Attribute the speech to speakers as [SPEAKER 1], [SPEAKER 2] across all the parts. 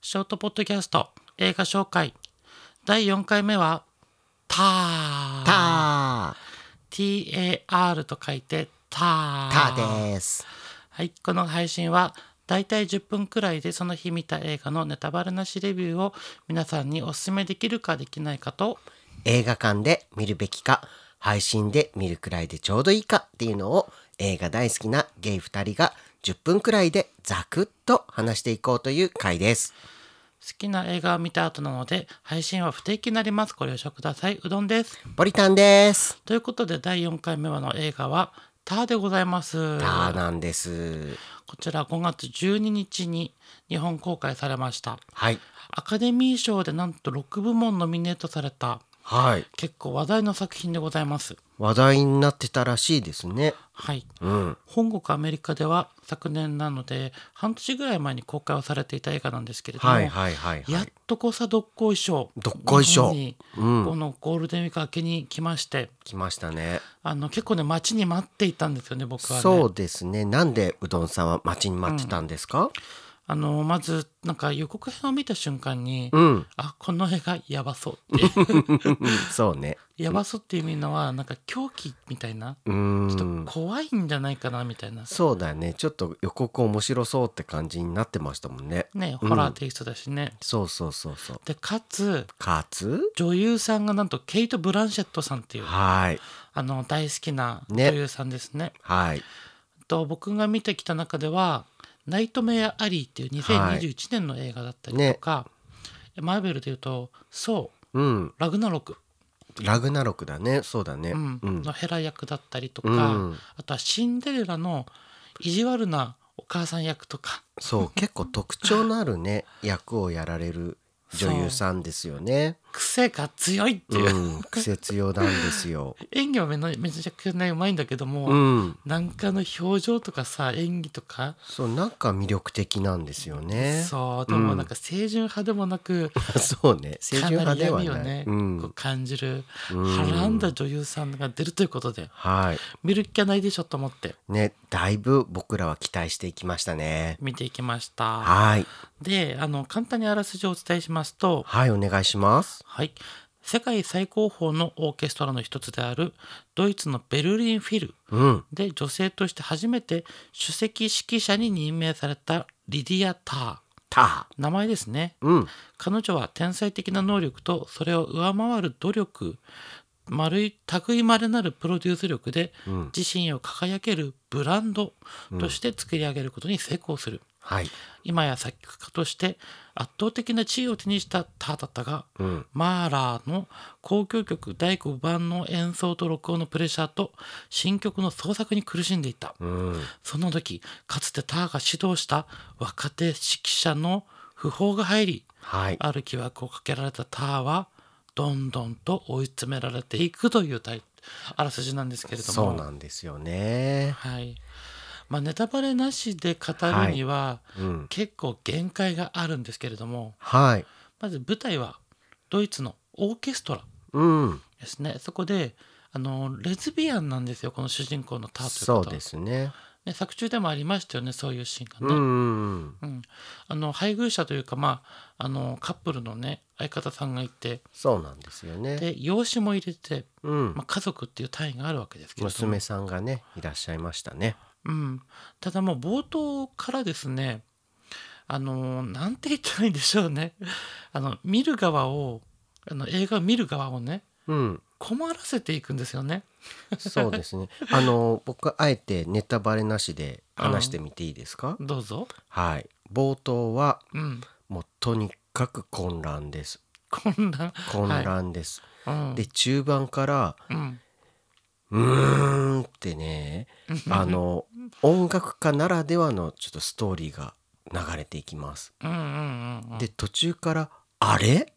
[SPEAKER 1] ショートポッドキャスト映画紹介第4回目はター
[SPEAKER 2] ター
[SPEAKER 1] TAR と書いてター
[SPEAKER 2] ターです。
[SPEAKER 1] はい、この配信はだいたい10分くらいでその日見た映画のネタバレなしレビューを皆さんにお勧めできるかできないかと
[SPEAKER 2] 映画館で見るべきか、配信で見るくらいでちょうどいいかっていうのを映画大好きなゲイ2人が10分くらいでザクッと話していこうという回です。
[SPEAKER 1] 好きな映画を見た後なので配信は不定期になりますご了承くださいうどんです
[SPEAKER 2] ポリタンです。
[SPEAKER 1] ということで第4回目の映画は「ター」でございます
[SPEAKER 2] ターなんです。
[SPEAKER 1] こちら5月12日に日本公開されました
[SPEAKER 2] はい。
[SPEAKER 1] アカデミー賞でなんと6部門ノミネートされた
[SPEAKER 2] はい。
[SPEAKER 1] 結構話題の作品でございます
[SPEAKER 2] 話題になってたらしいですね。
[SPEAKER 1] はい
[SPEAKER 2] うん。
[SPEAKER 1] 本国アメリカでは昨年なので半年ぐらい前に公開をされていた映画なんですけれども、
[SPEAKER 2] はいはい
[SPEAKER 1] やっとこさどっこい賞
[SPEAKER 2] どっこい賞
[SPEAKER 1] 日
[SPEAKER 2] う
[SPEAKER 1] 本に
[SPEAKER 2] ん。
[SPEAKER 1] このゴールデンウィーク明けに来まして
[SPEAKER 2] 来ましたね。
[SPEAKER 1] あの結構ね待ちに待っていたんですよね僕はね。
[SPEAKER 2] そうですね。なんでうどんさんは待ちに待ってたんですか
[SPEAKER 1] あのまずなんか予告編を見た瞬間に、
[SPEAKER 2] うん。
[SPEAKER 1] あこの映画やばそうって
[SPEAKER 2] そうね。
[SPEAKER 1] やばそうっていう意味のはなんか狂気みたいな
[SPEAKER 2] う
[SPEAKER 1] ちょ
[SPEAKER 2] ん
[SPEAKER 1] っと。怖いんじゃないかなみたいな、
[SPEAKER 2] そうだねちょっと予告面白そうって感じになってましたもんね
[SPEAKER 1] ね
[SPEAKER 2] うん
[SPEAKER 1] ホラーテイストだしね。
[SPEAKER 2] そうそうそうそう
[SPEAKER 1] でかつ
[SPEAKER 2] かつ
[SPEAKER 1] 女優さんがなんとケイト・ブランシェットさんっていう
[SPEAKER 2] はい
[SPEAKER 1] あの大好きな女
[SPEAKER 2] ね
[SPEAKER 1] 優さんですね。
[SPEAKER 2] はい
[SPEAKER 1] と僕が見てきた中では「ナイトメア・アリー」っていう
[SPEAKER 2] はい
[SPEAKER 1] 2021年の映画だったりとか、マーベルでいうと「そう
[SPEAKER 2] うん
[SPEAKER 1] ラグナロク」
[SPEAKER 2] ラグナロクだねそうだね
[SPEAKER 1] うん
[SPEAKER 2] うん
[SPEAKER 1] のヘラ役だったりとか、
[SPEAKER 2] うん
[SPEAKER 1] あとはシンデレラの意地悪なお母さん役とか
[SPEAKER 2] そう結構特徴のあるね 役をやられる女優さんですよね
[SPEAKER 1] 癖が強いっていう、
[SPEAKER 2] うん癖強なんですよ
[SPEAKER 1] 演技はめのめちゃくちゃねうまいんだけども、
[SPEAKER 2] うん
[SPEAKER 1] なんかの表情とかさ演技とか、
[SPEAKER 2] そうなんか魅力的なんですよね
[SPEAKER 1] そうでも
[SPEAKER 2] うん
[SPEAKER 1] なんか清純派でもなく、
[SPEAKER 2] う そうね清
[SPEAKER 1] か
[SPEAKER 2] 純
[SPEAKER 1] な
[SPEAKER 2] 派
[SPEAKER 1] り
[SPEAKER 2] では
[SPEAKER 1] 闇を
[SPEAKER 2] な
[SPEAKER 1] ね
[SPEAKER 2] い、うん
[SPEAKER 1] こう感じる
[SPEAKER 2] うん
[SPEAKER 1] はらんだ女優さんが出るということで
[SPEAKER 2] はい
[SPEAKER 1] 見る気はないでしょと思って
[SPEAKER 2] ねだいぶ僕らは期待していきましたね
[SPEAKER 1] 見ていきました
[SPEAKER 2] はい
[SPEAKER 1] であの簡単にあらすじをお伝えしますと
[SPEAKER 2] はい、お願いします。
[SPEAKER 1] はい世界最高峰のオーケストラの一つであるドイツのベルリンフィル
[SPEAKER 2] うん。
[SPEAKER 1] で女性として初めて首席指揮者に任命されたリディア・ター
[SPEAKER 2] た。
[SPEAKER 1] 名前ですね
[SPEAKER 2] うん。
[SPEAKER 1] 彼女は天才的な能力とそれを上回る努力丸い類いまれなるプロデュース力で
[SPEAKER 2] うん。
[SPEAKER 1] 自身を輝けるブランドとして作り上げることに成功する、
[SPEAKER 2] はい。
[SPEAKER 1] 今や作曲家として圧倒的な地位を手にしたターだったが
[SPEAKER 2] うん。
[SPEAKER 1] マーラーの交響曲第5番の演奏と録音のプレッシャーと新曲の創作に苦しんでいた
[SPEAKER 2] うん。
[SPEAKER 1] その時かつてターが指導した若手指揮者の訃報が入り
[SPEAKER 2] はい。
[SPEAKER 1] ある疑惑をかけられたターはどんどんと追い詰められていくというタイあらすじなんですけれども
[SPEAKER 2] そうなんですよね。
[SPEAKER 1] はいまあ、ネタバレなしで語るには
[SPEAKER 2] うん。
[SPEAKER 1] 結構限界があるんですけれども、
[SPEAKER 2] はい。
[SPEAKER 1] まず舞台はドイツのオーケストラ
[SPEAKER 2] うん。
[SPEAKER 1] ですねそこであのレズビアンなんですよこの主人公のターという
[SPEAKER 2] そ
[SPEAKER 1] 方
[SPEAKER 2] うですね。
[SPEAKER 1] ね、作中でもありましたよねそういうシーン
[SPEAKER 2] う
[SPEAKER 1] がね、
[SPEAKER 2] ん。
[SPEAKER 1] うんあの配偶者というか、まあ、あのカップルのね相方さんがいて
[SPEAKER 2] そうなんですよね。
[SPEAKER 1] で養子も入れて、
[SPEAKER 2] うん
[SPEAKER 1] まあ、。家族っていう単位があるわけですけれども
[SPEAKER 2] 娘さんがね、いらっしゃいましたね。
[SPEAKER 1] うん、ただもう冒頭からですねあのーなんて言ったらいいんでしょうね あの見る側をあの映画を見る側をね
[SPEAKER 2] うん。
[SPEAKER 1] 困らせていくんですよね。
[SPEAKER 2] そうで すね。あの、僕、あえてネタバレなしで話してみていいですか。
[SPEAKER 1] どうぞ。
[SPEAKER 2] はい。冒頭は、
[SPEAKER 1] うん、
[SPEAKER 2] もうとにかく混乱です。
[SPEAKER 1] 混乱。
[SPEAKER 2] 混乱です。
[SPEAKER 1] はいうん、
[SPEAKER 2] で、中盤から。
[SPEAKER 1] うん、
[SPEAKER 2] うーんってねあの音楽家ならではのちょっとストーリーが流れていきます。
[SPEAKER 1] うんうんうんうん。
[SPEAKER 2] で途中から「あれ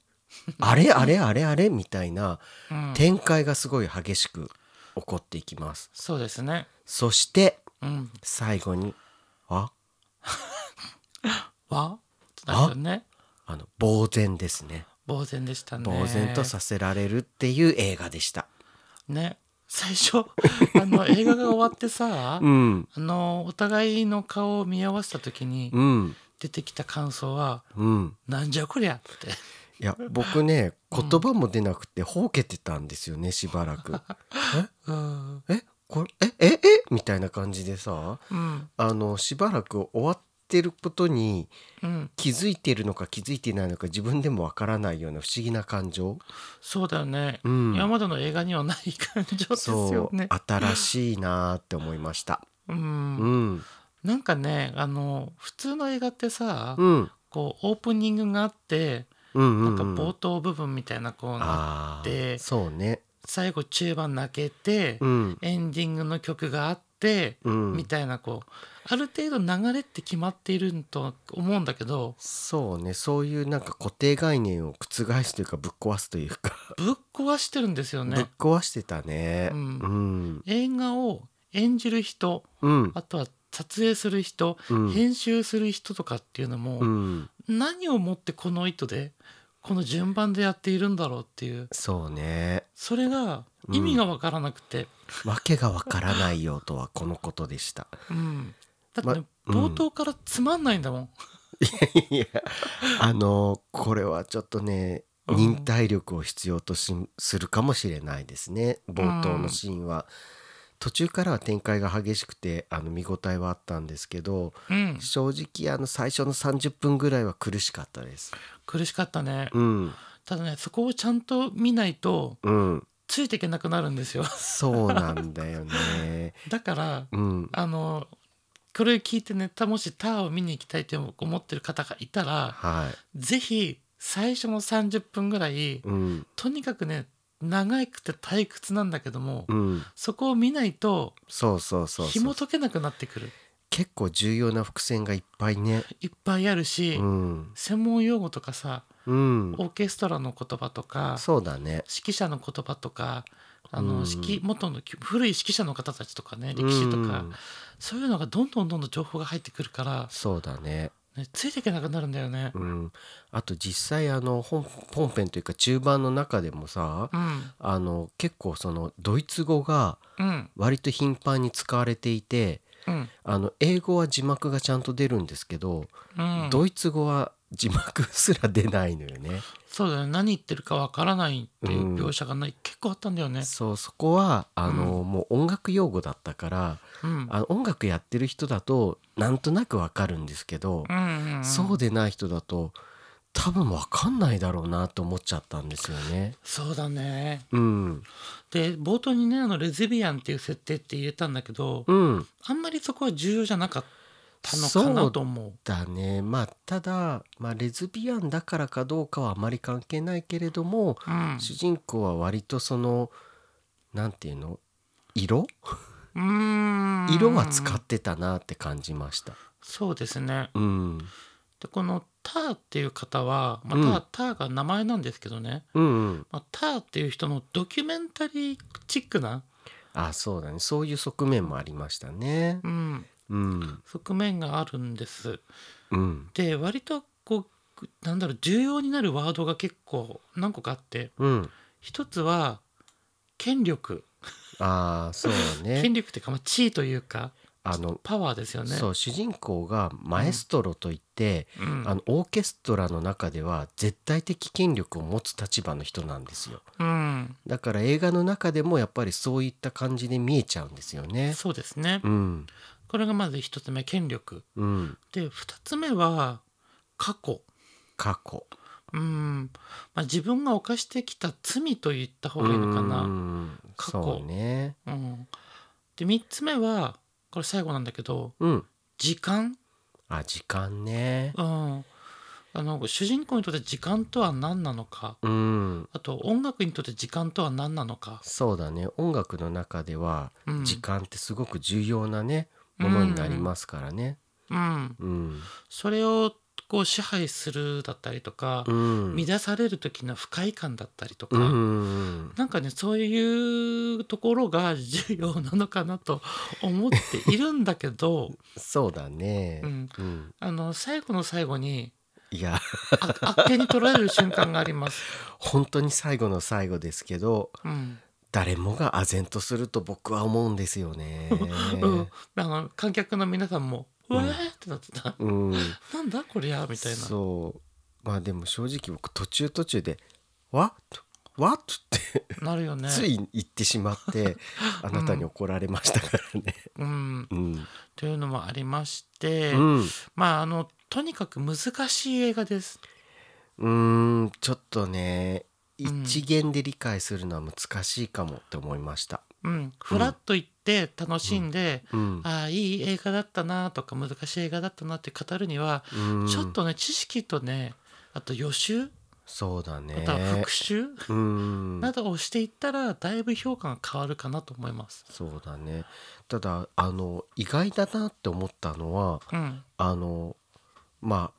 [SPEAKER 2] あれあれあれあれ?」みたいな
[SPEAKER 1] うん、
[SPEAKER 2] 展開がすごい激しく起こっていきます。
[SPEAKER 1] そうですね。
[SPEAKER 2] そして
[SPEAKER 1] うん、
[SPEAKER 2] 最後に「あ
[SPEAKER 1] わだよね。
[SPEAKER 2] あの呆然ですね
[SPEAKER 1] 呆然でしたね。
[SPEAKER 2] 呆然とさせられるっていう映画でした。
[SPEAKER 1] ね最 初あの映画が終わってさ、
[SPEAKER 2] うん
[SPEAKER 1] あのお互いの顔を見合わせた時に、
[SPEAKER 2] うん
[SPEAKER 1] 出てきた感想は
[SPEAKER 2] うん
[SPEAKER 1] 「なんじゃこりゃ」って
[SPEAKER 2] いや僕ね言葉も出なくてほうけてたんですよねしばらく
[SPEAKER 1] うん、
[SPEAKER 2] えこれえええみたいな感じでさ
[SPEAKER 1] うん
[SPEAKER 2] あのしばらく終わってることに
[SPEAKER 1] うん、
[SPEAKER 2] 気づいてるのか気づいてないのか自分でもわからないような不思議な感情、
[SPEAKER 1] そうだよね、
[SPEAKER 2] うん、
[SPEAKER 1] 今までの映画にはない感情ですよね。
[SPEAKER 2] そう新しいなーって思いました
[SPEAKER 1] うん
[SPEAKER 2] うん
[SPEAKER 1] なんかねあの普通の映画ってさ、
[SPEAKER 2] うん
[SPEAKER 1] こうオープニングがあって
[SPEAKER 2] うんう
[SPEAKER 1] なん
[SPEAKER 2] ん
[SPEAKER 1] か
[SPEAKER 2] うん
[SPEAKER 1] 冒頭部分みたいなこうな
[SPEAKER 2] あ
[SPEAKER 1] で
[SPEAKER 2] ーそうね
[SPEAKER 1] 最後中盤泣けて、
[SPEAKER 2] うん
[SPEAKER 1] エンディングの曲があって、
[SPEAKER 2] うん
[SPEAKER 1] みたいなこうある程度流れって決まっていると思うんだけど
[SPEAKER 2] そうねそういうなんか固定概念を覆すというかぶっ壊すというか、
[SPEAKER 1] ぶっ壊してるんですよ
[SPEAKER 2] ぶっ
[SPEAKER 1] ね。
[SPEAKER 2] 壊してたね
[SPEAKER 1] う
[SPEAKER 2] うんん
[SPEAKER 1] 映画を演じる人
[SPEAKER 2] うん
[SPEAKER 1] あとは撮影する人、
[SPEAKER 2] うん
[SPEAKER 1] 編集する人とかっていうのも、
[SPEAKER 2] うん
[SPEAKER 1] 何をもってこの意図でこの順番でやっているんだろうっていう
[SPEAKER 2] そうね
[SPEAKER 1] それが意味が分からなくて、
[SPEAKER 2] わけがわからないよとはこのことで した
[SPEAKER 1] うんだってね、
[SPEAKER 2] まうん
[SPEAKER 1] 冒頭からつまんないんだもん。
[SPEAKER 2] いやあのこれはちょっとね
[SPEAKER 1] うん
[SPEAKER 2] 忍耐力を必要としするかもしれないですね冒頭のシーンは、途中からは展開が激しくてあの見応えはあったんですけど
[SPEAKER 1] うん、
[SPEAKER 2] 正直あの最初の30分ぐらいは苦しかったです
[SPEAKER 1] 苦しかったね、
[SPEAKER 2] うん
[SPEAKER 1] ただねそこをちゃんと見ないと
[SPEAKER 2] うん
[SPEAKER 1] ついていけなくなるんですよ
[SPEAKER 2] そうなんだよね。
[SPEAKER 1] だから
[SPEAKER 2] うん。
[SPEAKER 1] あのこれ聞いてねたもしターを見に行きたいって思ってる方がいたら
[SPEAKER 2] は
[SPEAKER 1] ぜひ最初の30分ぐらい
[SPEAKER 2] い。うん。
[SPEAKER 1] とにかくね長くて退屈なんだけども、
[SPEAKER 2] うん。
[SPEAKER 1] そこを見ないと
[SPEAKER 2] そうそうそうそ
[SPEAKER 1] 紐
[SPEAKER 2] う。
[SPEAKER 1] 解けなくなってくる
[SPEAKER 2] 結構重要な伏線がいっぱいね。
[SPEAKER 1] いっぱいあるし、
[SPEAKER 2] うん。
[SPEAKER 1] 専門用語とかさ
[SPEAKER 2] うん。
[SPEAKER 1] オーケストラの言葉とか
[SPEAKER 2] そうだね。
[SPEAKER 1] 指揮者の言葉とかあ
[SPEAKER 2] うん
[SPEAKER 1] の指揮元の古い指揮者の方たちとかね歴史とか、
[SPEAKER 2] うん
[SPEAKER 1] そういうのがどんどんどんどん情報が入ってくるから、
[SPEAKER 2] そうだね。
[SPEAKER 1] ね、ついていけなくなるんだよね。
[SPEAKER 2] うん。あと実際あの本本編というか中盤の中でもさ、
[SPEAKER 1] うん
[SPEAKER 2] あの結構そのドイツ語が
[SPEAKER 1] うん
[SPEAKER 2] 割と頻繁に使われていて、
[SPEAKER 1] うん
[SPEAKER 2] あの英語は字幕がちゃんと出るんですけど、
[SPEAKER 1] うん
[SPEAKER 2] ドイツ語は字幕すら出ないのよね。
[SPEAKER 1] そうだよね何言ってるかわからないっていう
[SPEAKER 2] うん
[SPEAKER 1] 描写がない、結構あったんだよね。
[SPEAKER 2] そうそこはあの、もう音楽用語だったから
[SPEAKER 1] うん
[SPEAKER 2] あの音楽やってる人だとなんとなくわかるんですけど、
[SPEAKER 1] うんうんうん
[SPEAKER 2] そうでない人だと多分わかんないだろうなと思っちゃったんですよね。
[SPEAKER 1] そうだね
[SPEAKER 2] うん、
[SPEAKER 1] で冒頭にねあのレズビアンっていう設定って入れたんだけど、
[SPEAKER 2] うん、
[SPEAKER 1] あんまりそこは重要じゃなかったのかなと思う。
[SPEAKER 2] だねまあただ、まあ、レズビアンだからかどうかはあまり関係ないけれども、
[SPEAKER 1] うん
[SPEAKER 2] 主人公は割とそのなんていうの色
[SPEAKER 1] うーん
[SPEAKER 2] 色は使ってたなって感じました。
[SPEAKER 1] そうですね
[SPEAKER 2] うん、
[SPEAKER 1] でこの「ター」っていう方は、まあ
[SPEAKER 2] うん
[SPEAKER 1] ターターが名前なんですけどね、
[SPEAKER 2] うん、うん
[SPEAKER 1] まあ、ターっていう人のドキュメンタリーチックな、
[SPEAKER 2] あそうだねそういう側面もありましたね
[SPEAKER 1] う。ん、
[SPEAKER 2] うん
[SPEAKER 1] 側面があるんです。
[SPEAKER 2] うん
[SPEAKER 1] で割とこうなんだろう重要になるワードが結構何個かあって
[SPEAKER 2] うん、
[SPEAKER 1] 一つは権力
[SPEAKER 2] ああそう
[SPEAKER 1] 権
[SPEAKER 2] ね
[SPEAKER 1] 力っていうか、まあ、地位というか
[SPEAKER 2] あの、
[SPEAKER 1] パワーですよね。
[SPEAKER 2] そう主人公がマエストロといって、
[SPEAKER 1] うん
[SPEAKER 2] あのオーケストラの中では絶対的権力を持つ立場の人なんですよ
[SPEAKER 1] うん、
[SPEAKER 2] だから映画の中でもやっぱりそういった感じで見えちゃうんですよね。
[SPEAKER 1] そうですね、
[SPEAKER 2] うん
[SPEAKER 1] これがまず一つ目権力
[SPEAKER 2] うん、
[SPEAKER 1] で二つ目は過去
[SPEAKER 2] 過去
[SPEAKER 1] うん、まあ、自分が犯してきた罪と言った方がいいのか
[SPEAKER 2] う
[SPEAKER 1] な、
[SPEAKER 2] ん
[SPEAKER 1] 過去
[SPEAKER 2] そうね
[SPEAKER 1] うん、で三つ目はこれ最後なんだけど
[SPEAKER 2] うん
[SPEAKER 1] 時間、
[SPEAKER 2] あ時間ね
[SPEAKER 1] うん、あの主人公にとって時間とは何なのか
[SPEAKER 2] うん
[SPEAKER 1] あと音楽にとって時間とは何なのか、
[SPEAKER 2] そうだね音楽の中では
[SPEAKER 1] うん、
[SPEAKER 2] 時間ってすごく重要なね、ものになりますからね。
[SPEAKER 1] うん、
[SPEAKER 2] うん
[SPEAKER 1] それをこう支配するだったりとか、
[SPEAKER 2] うん
[SPEAKER 1] 乱される時の不快感だったりとか、
[SPEAKER 2] うんうん
[SPEAKER 1] なんかねそういうところが重要なのかなと思っているんだけど、
[SPEAKER 2] そうだ ね
[SPEAKER 1] う。ん、
[SPEAKER 2] うん、
[SPEAKER 1] あの最後の最後に
[SPEAKER 2] いや
[SPEAKER 1] ああっけに取られる瞬間があります。
[SPEAKER 2] 本当に最後の最後ですけど
[SPEAKER 1] うん
[SPEAKER 2] 誰もが 唖然とすると僕は思うんですよね。
[SPEAKER 1] うん、あの観客の皆さんも「うわーってなってた。
[SPEAKER 2] うん
[SPEAKER 1] なんだこりゃみたいな。
[SPEAKER 2] そうまあでも正直僕途中途中で「わっと」わっとって
[SPEAKER 1] なるよね。
[SPEAKER 2] つい言ってしまって、 あなたに怒られましたからね。
[SPEAKER 1] うん。
[SPEAKER 2] うん、
[SPEAKER 1] というのもありまして、
[SPEAKER 2] うん
[SPEAKER 1] まああのとにかく難しい映画です。
[SPEAKER 2] うーんちょっとね
[SPEAKER 1] うん
[SPEAKER 2] 一元で理解するのは難しいかもって思いました。
[SPEAKER 1] うん。フラッと行って楽しんで、
[SPEAKER 2] うん
[SPEAKER 1] ああいい映画だったなとか難しい映画だったなって語るには、
[SPEAKER 2] うん
[SPEAKER 1] ちょっとね知識とねあと予習
[SPEAKER 2] そうだ
[SPEAKER 1] または
[SPEAKER 2] ね
[SPEAKER 1] 復。習、
[SPEAKER 2] うん
[SPEAKER 1] などをしていったらだいぶ評価が変わるかなと思います。
[SPEAKER 2] そうだね。ただあの意外だなって思ったのは
[SPEAKER 1] うん。
[SPEAKER 2] あのま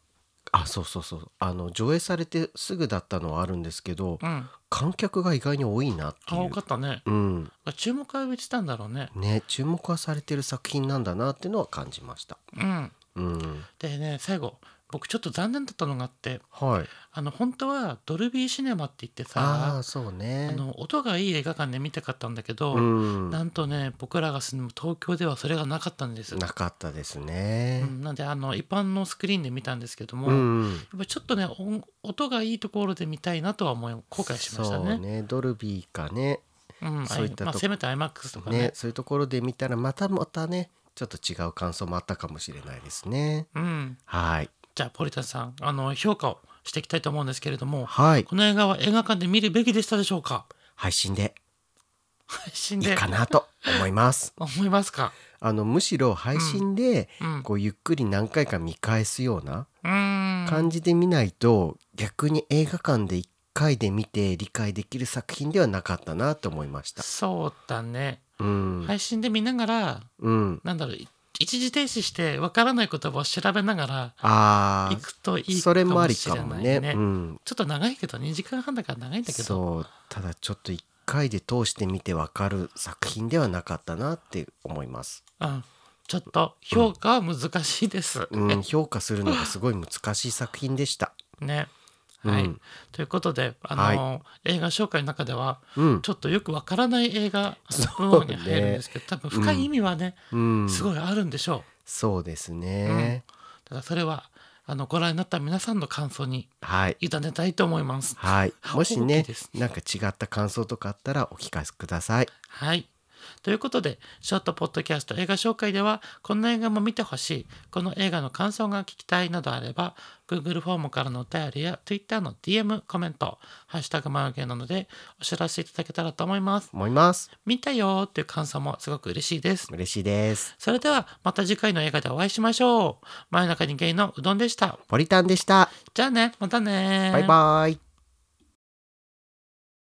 [SPEAKER 2] ああそうそうそうあの上映されてすぐだったのはあるんですけど、
[SPEAKER 1] うん。
[SPEAKER 2] 観客が意外に多いなって
[SPEAKER 1] あ
[SPEAKER 2] い
[SPEAKER 1] 多
[SPEAKER 2] う
[SPEAKER 1] か。ったね。
[SPEAKER 2] うん
[SPEAKER 1] 注目を浴びてたんだろうね。
[SPEAKER 2] ね注目はされてる作品なんだなっていうのは感じました。
[SPEAKER 1] うん。
[SPEAKER 2] うん
[SPEAKER 1] でね最後僕ちょっと残念だったのがあって
[SPEAKER 2] はい。
[SPEAKER 1] あの本当はドルビーシネマって言って
[SPEAKER 2] ああ
[SPEAKER 1] さ
[SPEAKER 2] ーそう
[SPEAKER 1] あ
[SPEAKER 2] ね。
[SPEAKER 1] の音がいい映画館で見たかったんだけど、
[SPEAKER 2] うん、
[SPEAKER 1] な
[SPEAKER 2] なん
[SPEAKER 1] とね僕らが住む東京ではそれがなかったんです。
[SPEAKER 2] かったですね
[SPEAKER 1] う。ん、なんであの一般のスクリーンで見たんですけども、
[SPEAKER 2] う
[SPEAKER 1] や
[SPEAKER 2] ん、
[SPEAKER 1] っぱちょっとね音音がいいところで見たいなとは思い後悔しました
[SPEAKER 2] そう
[SPEAKER 1] ね。
[SPEAKER 2] ねドルビーかね
[SPEAKER 1] うん、
[SPEAKER 2] そういったとこ
[SPEAKER 1] まあ、せめて IMAX とか
[SPEAKER 2] ね
[SPEAKER 1] ね
[SPEAKER 2] そういうところで見たらまたまたねちょっと違う感想もあったかもしれないですね。
[SPEAKER 1] うん、
[SPEAKER 2] はい
[SPEAKER 1] じゃあポリタンさんあの評価をしていきたいと思うんですけれども
[SPEAKER 2] はい
[SPEAKER 1] この映画は映画館で見るべきでしたでしょうか
[SPEAKER 2] 配信で
[SPEAKER 1] 配信
[SPEAKER 2] いい
[SPEAKER 1] で
[SPEAKER 2] かなと思います。
[SPEAKER 1] 思いますか
[SPEAKER 2] あのむしろ配信で、
[SPEAKER 1] うん
[SPEAKER 2] こうゆっくり何回か見返すような
[SPEAKER 1] うーん
[SPEAKER 2] 感じで見ないと、逆に映画館で1回で見て理解できる作品ではなかったなと思いました。
[SPEAKER 1] そうだね
[SPEAKER 2] うん、
[SPEAKER 1] 配信で見ながら
[SPEAKER 2] うん、
[SPEAKER 1] なんだろうい一時停止してわからない言葉を調べなが
[SPEAKER 2] あ
[SPEAKER 1] ら
[SPEAKER 2] ー
[SPEAKER 1] 行くといい
[SPEAKER 2] そ
[SPEAKER 1] か
[SPEAKER 2] れもあ
[SPEAKER 1] も
[SPEAKER 2] り
[SPEAKER 1] し
[SPEAKER 2] か
[SPEAKER 1] れ
[SPEAKER 2] も
[SPEAKER 1] ない
[SPEAKER 2] ね
[SPEAKER 1] ね
[SPEAKER 2] うん、
[SPEAKER 1] ちょっと長いけど2時間半だから長いんだけど
[SPEAKER 2] そうただちょっと一回で通してみてわかる作品ではなかったなって思 います、
[SPEAKER 1] う、ん、ちょっと評価は難しいです、
[SPEAKER 2] うん、評価するのがすごい難しい作品でした
[SPEAKER 1] ねはい、
[SPEAKER 2] うん
[SPEAKER 1] ということであのー、映画紹介の中では
[SPEAKER 2] うん
[SPEAKER 1] ち、ょっとよくわからない映画
[SPEAKER 2] そう
[SPEAKER 1] 部門
[SPEAKER 2] ね
[SPEAKER 1] に入るんですけど、多分深い意味はね、
[SPEAKER 2] うん、
[SPEAKER 1] すごいあるんでしょう
[SPEAKER 2] そうですね、
[SPEAKER 1] ただそれはあのご覧になった皆さんの感想に
[SPEAKER 2] はい
[SPEAKER 1] 委ねたいと思います。
[SPEAKER 2] はいもし
[SPEAKER 1] 大きい
[SPEAKER 2] ね
[SPEAKER 1] です
[SPEAKER 2] なんか違った感想とかあったらお聞かせください
[SPEAKER 1] はい。ということで、ショートポッドキャスト映画紹介では、こんな映画も見てほしい、この映画の感想が聞きたいなどあれば、Google フォームからのお便りや Twitter の DM、コメント、ハッシュタグ眉毛なのでお知らせいただけたらと思います。
[SPEAKER 2] 思います
[SPEAKER 1] 見たよーっていう感想もすごく嬉しいです。
[SPEAKER 2] 嬉しいです
[SPEAKER 1] それでは、また次回の映画でお会いしましょう。真夜中にゲイのうどんでした。
[SPEAKER 2] ポリタンでした
[SPEAKER 1] じゃあね、またねー
[SPEAKER 2] バイバイ